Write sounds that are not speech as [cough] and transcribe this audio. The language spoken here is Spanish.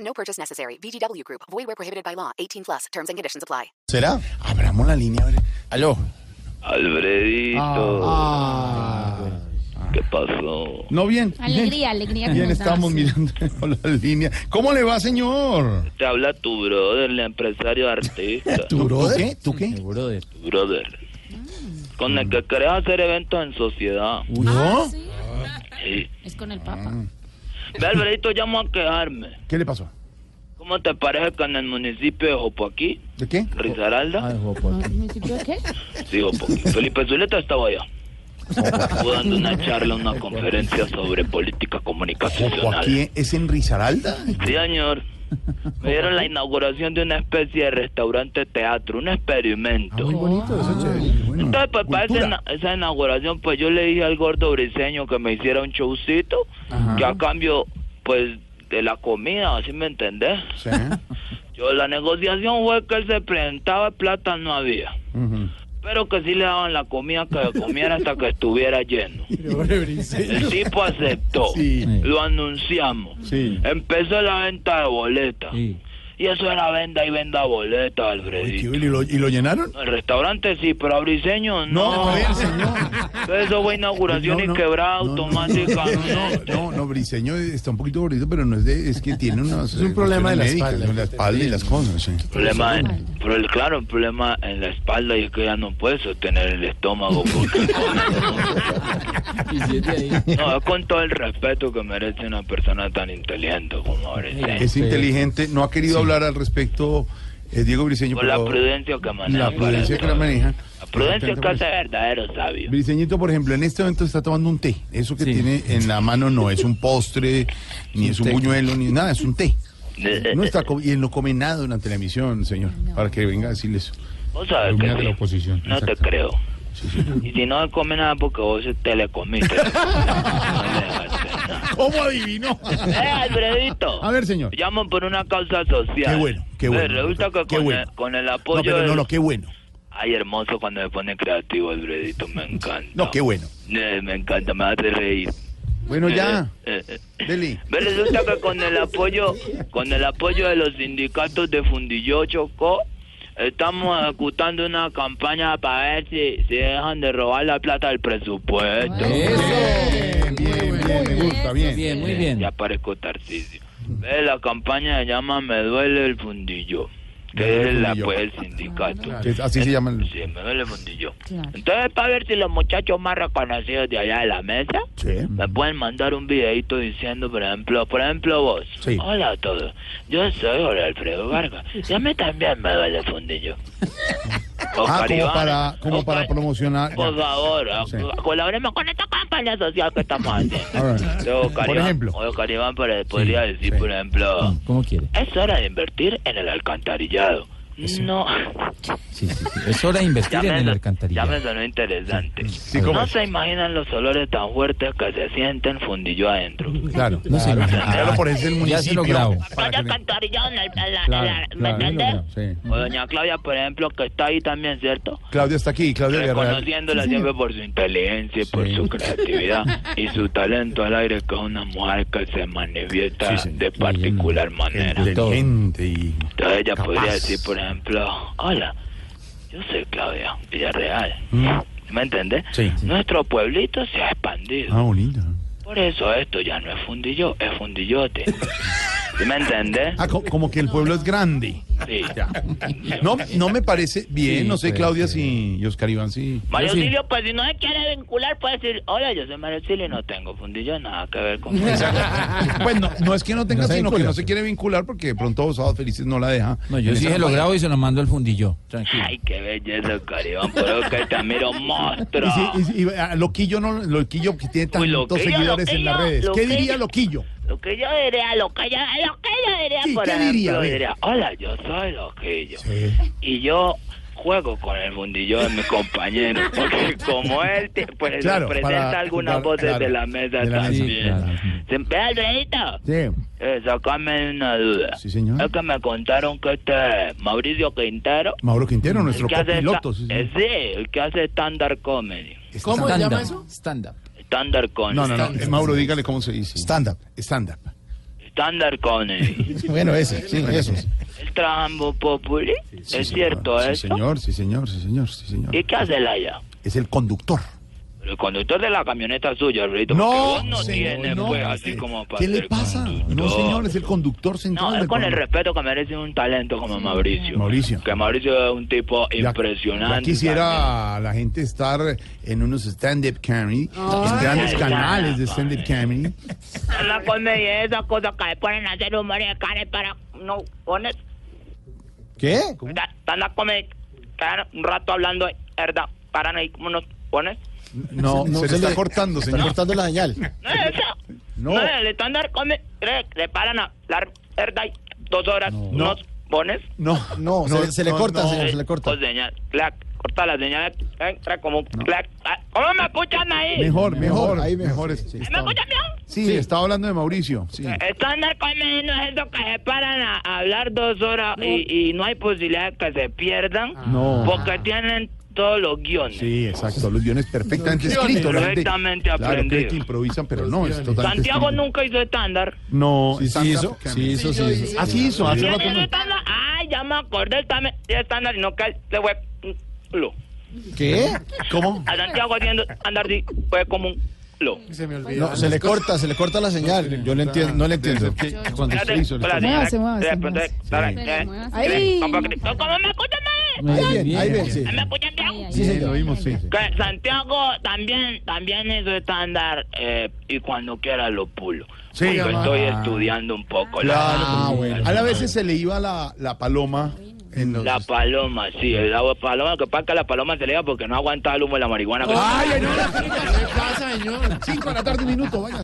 No purchase necessary. VGW Group. Void where prohibited by law. 18 plus. Terms and conditions apply. ¿Será? Abramos la línea. a ver. Aló. Alfredito, Ah, ¿qué pasó? No bien. Alegría, alegría. Bien, como estamos das. mirando [laughs] la línea. ¿Cómo le va, señor? Te habla tu brother, el empresario artista. ¿Tú, ¿tú qué? ¿Tú qué? tu brother. Con el que querés hacer eventos en sociedad. ¿No? Ah, Sí, Sí. Es con el Papa. Ah, Ve, Alfredito, llamo a quejarme. ¿Qué le pasó? ¿Cómo te parece que en el municipio de Jopoaquí, ¿De qué? Rizaralda? ¿Municipio de qué? Sí, Jopoaquí. Felipe Zuleta estaba allá. Estuvo dando una charla, una conferencia sobre política ¿O comunicacional. aquí es en Risaralda? Sí, señor. Me dieron la inauguración de una especie de restaurante teatro, un experimento. bonito, eso chévere. Bueno, Entonces, pues, para esa, cultura. ina- esa inauguración, pues yo le dije al gordo briseño que me hiciera un showcito, que a cambio, pues, de la comida, ¿sí me entendés? Sí. Yo, la negociación fue que él se presentaba, plata no había, Ujú. pero que sí le daban la comida que comiera hasta que estuviera lleno. El tipo aceptó, Sí. lo anunciamos, Sí. empezó la venta de boletas, y eso era venda y venda boletas, Uy, qué Alfredito. bueno, ¿Y lo, y lo llenaron? El restaurante sí, pero a briseño No, a ver, señor. Entonces, Eso fue inauguración No, no. y quebrada No, no. automática. No, no, no, Briseño está un poquito gordito, pero no es de, es que tiene unos... Es un problema de la espalda. la espalda y las cosas, sí. Problema en, pero el, claro, el problema en la espalda y es que ya no puede sostener el estómago. [laughs] Porque no, es con todo el respeto que merece una persona tan inteligente como Briseño. Es inteligente, no ha querido hablar al respecto eh, Diego Briseño. Con la pero- prudencia que maneja. La prudencia que la maneja. La prudencia que hace verdadero sabio. Briseñito, por ejemplo, en este momento está tomando un té. Eso que tiene en la mano no es un postre, ni es un buñuelo, ni nada, es un té. Eh, No está co- y él no come nada durante la emisión, señor, para que venga a decirle eso. Vos sabés que Ilumina de la sí. oposición, No te exacto. creo. Y si no come nada porque vos te le [laughs] comiste. No le dejaste nada. ¿Cómo [laughs] adivinó? ¡Eh, Alfredito! A ver, señor. Llaman por una causa social. Qué bueno, qué Eh, bueno. Resulta que Qué con, bueno. el, con el No, apoyo. pero no, del- no, qué bueno. Ay, hermoso cuando me pone creativo, Alfredito. Me encanta. No, qué bueno. Eh, me encanta, me hace reír. Bueno, ya. Eh, eh, eh. Deli. Ve, Resulta que con el apoyo con el apoyo de los sindicatos de Fundillo Chocó, estamos ejecutando una campaña para ver si, si dejan de robar la plata del presupuesto. Bien, bien, bien, me gusta, bien. Muy bien. Ya parezco Tarcisio. Eh, la campaña se llama Me duele el fundillo. Que es la, pues, el sindicato. Que Así se llaman. Sí, me duele el fundillo. Claro. Entonces, para ver si los muchachos más reconocidos de allá de la mesa Sí. me pueden mandar un videito diciendo, por ejemplo, por ejemplo vos. Sí. Hola a todos. Yo soy Jorge Alfredo Vargas. Y a mí también me duele el fundillo. Ah, Oscar como Iván, para, como para Oscar- promocionar. por favor, a- Sí. a- colaboremos con esta campaña social que estamos [laughs] haciendo. All right. Luego, Por Caribán- ejemplo. luego Caribán para- podría decir, sí. Mm. por ejemplo, Mm, ¿Cómo quiere? es hora de invertir en el alcantarillado. No, Sí, sí, sí. Es hora de ya invertir en me, el ya me alcantarillado. sonó interesante. ¿cómo no es? se imaginan los olores tan fuertes que se sienten fundillo adentro. Claro. No se imagina. Claro, por eso el municipio. Ya se lo grabo. para que Estoy le- alcantarillado en el- en la- en la- Claro, claro, ¿Me ahí lo entendés? grabo, sí. O doña Claudia, por ejemplo, que está ahí también, ¿cierto? Claudia está aquí, Claudia Guerrero. reconociéndola siempre por su inteligencia, y por Sí. su [laughs] creatividad y su talento al aire, que es una mujer que se manifiesta Sí, sí. de particular manera. Inteligente y. Entonces ella capaz. podría decir, por ejemplo, hola, yo soy Claudia Villarreal. ¿Me entendés? Mm. Sí, sí. Nuestro pueblito se ha expandido. Ah, bonita. Por eso esto ya no es fundillo, es [laughs] fundillote. ¿Sí ¿Me entendés? Ah, co- como que el pueblo es grande. Sí. No, no me parece bien, Sí, no sé, puede Claudia, ser. si y Oscar Iván, si. Mario Yo sí. Silio, pues si no se quiere vincular, puede decir, hola, yo soy Mario Silio y no tengo fundillo, nada que [laughs] ver con Pues no, no es que no tenga, sino que no se quiere vincular porque de pronto Sábado Felices no la deja. No, yo En sí esa se lo campaña. grabo y se lo mando al fundillo. Tranquilo. Ay, qué belleza, Caribán. Pero que [laughs] te miro monstruo. Y sí, y sí, y, ah, Loquillo, no, Loquillo que tiene Uy, tantos Loquillo, seguidores en las Loquillo, redes. ¿Qué Loquillo. diría Loquillo? Lo que yo diría, lo que yo, lo que yo diría, Sí, por ¿qué ejemplo, diría? A ver. diría, hola, yo soy Loquillo. Sí. Eh. Y yo juego con el fundillo de mi compañero, [laughs] porque como él te, pues, Claro, representa para algunas jugar, voces claro, de la mesa de la mesa, también. claro. Se empieza Alfredito, Sí. eh, sacame una duda. Sí, señor. Es que me contaron que este Mauricio Quintero, Mauro Quintero, nuestro el que hace copiloto. esta- sí, eh, sí. sí, el que hace stand-up comedy. ¿Cómo Stand-up. se llama eso? Stand-up. Stand-up comedy. No, no, no. eh, Mauro, dígale cómo se dice. Stand-up. Stand-up. [laughs] Stand-up comedy. Bueno, ese, sí, esos. El trambo populi. ¿Es cierto Sí, eso? señor, sí, señor, sí, señor, sí, señor. ¿Y qué hace el allá? Es el conductor. El conductor de la camioneta suya, Alfredito. porque vos no tienes, pues, así como para ¿Qué ser le pasa? No, conductor. señor, es el conductor central. No, es del con el programa. respeto que merece un talento como Mauricio. Mauricio. Que Mauricio es un tipo Ya- impresionante. ya quisiera la gente estar en unos stand-up comedy, en grandes Ay, canales de stand-up caramba. comedy. también. La comedia es esa cosa que le ponen a hacer humor de cara para... No, pones... ¿Qué? Están la comedia... quedan un rato hablando, ¿verdad? Paran ahí como unos pones. No, se, le está cortando, se señor. cortando la señal. No es esa. No. No. el estándar come, cree, le paran a la verdad y dos horas no. nos pones. No, No, se, le- se le corta, no. señor, se le corta. O Pues, señal, clac, corta la señal, entra como un clac. Ah, ¿Cómo me escuchan ahí? Mejor, Mejor, mejor, ahí mejor, mejor sí, es- sí. ¿Me escuchan bien? Sí, estaba hablando de Mauricio. Sí. Estándar come no es eso que se paran a a hablar dos horas y, y no hay posibilidad que se pierdan. Ah. No. Porque tienen todos los guiones. Sí, exacto, los guiones perfectamente escritos. la gente- Perfectamente Claro, cree que aprendidos. improvisan, pero no, es totalmente Santiago escrito. nunca hizo estándar. No, Sí, sí, stand-up hizo, sí, comedy. hizo, sí, hizo. Ah, sí hizo, hace ¿Quién rato hizo no. estándar? Ay, ya me acordé, él también hizo estándar, sino que él se fue... mm, Lo. ¿Qué? ¿Cómo? A Santiago haciendo andar así, fue como un lo. No, se le corta, se le corta la señal. Yo le entiendo, no le entiendo. Cuando se hizo, le- Muévase, muévase, muévase. eh, Ahí. ¿Cómo me escuchan? eh? Ahí bien, ahí bien, sí. ¿Me escuchan bien? Sí, Bien, Lo señor. vimos, sí. Que Santiago también, también hizo estándar eh, y cuando quiera lo pulo. Sí, Porque ah. estoy estudiando un poco Claro, la, pues, A la veces se le iba la, la paloma en los... la paloma, sí, la paloma, que pasa es que la paloma se le Ah, iba porque no aguantaba el humo de la marihuana. que- ¡Ay, ay, no! ¿Qué pasa, señor? Cinco de la tarde, un minuto, vaya.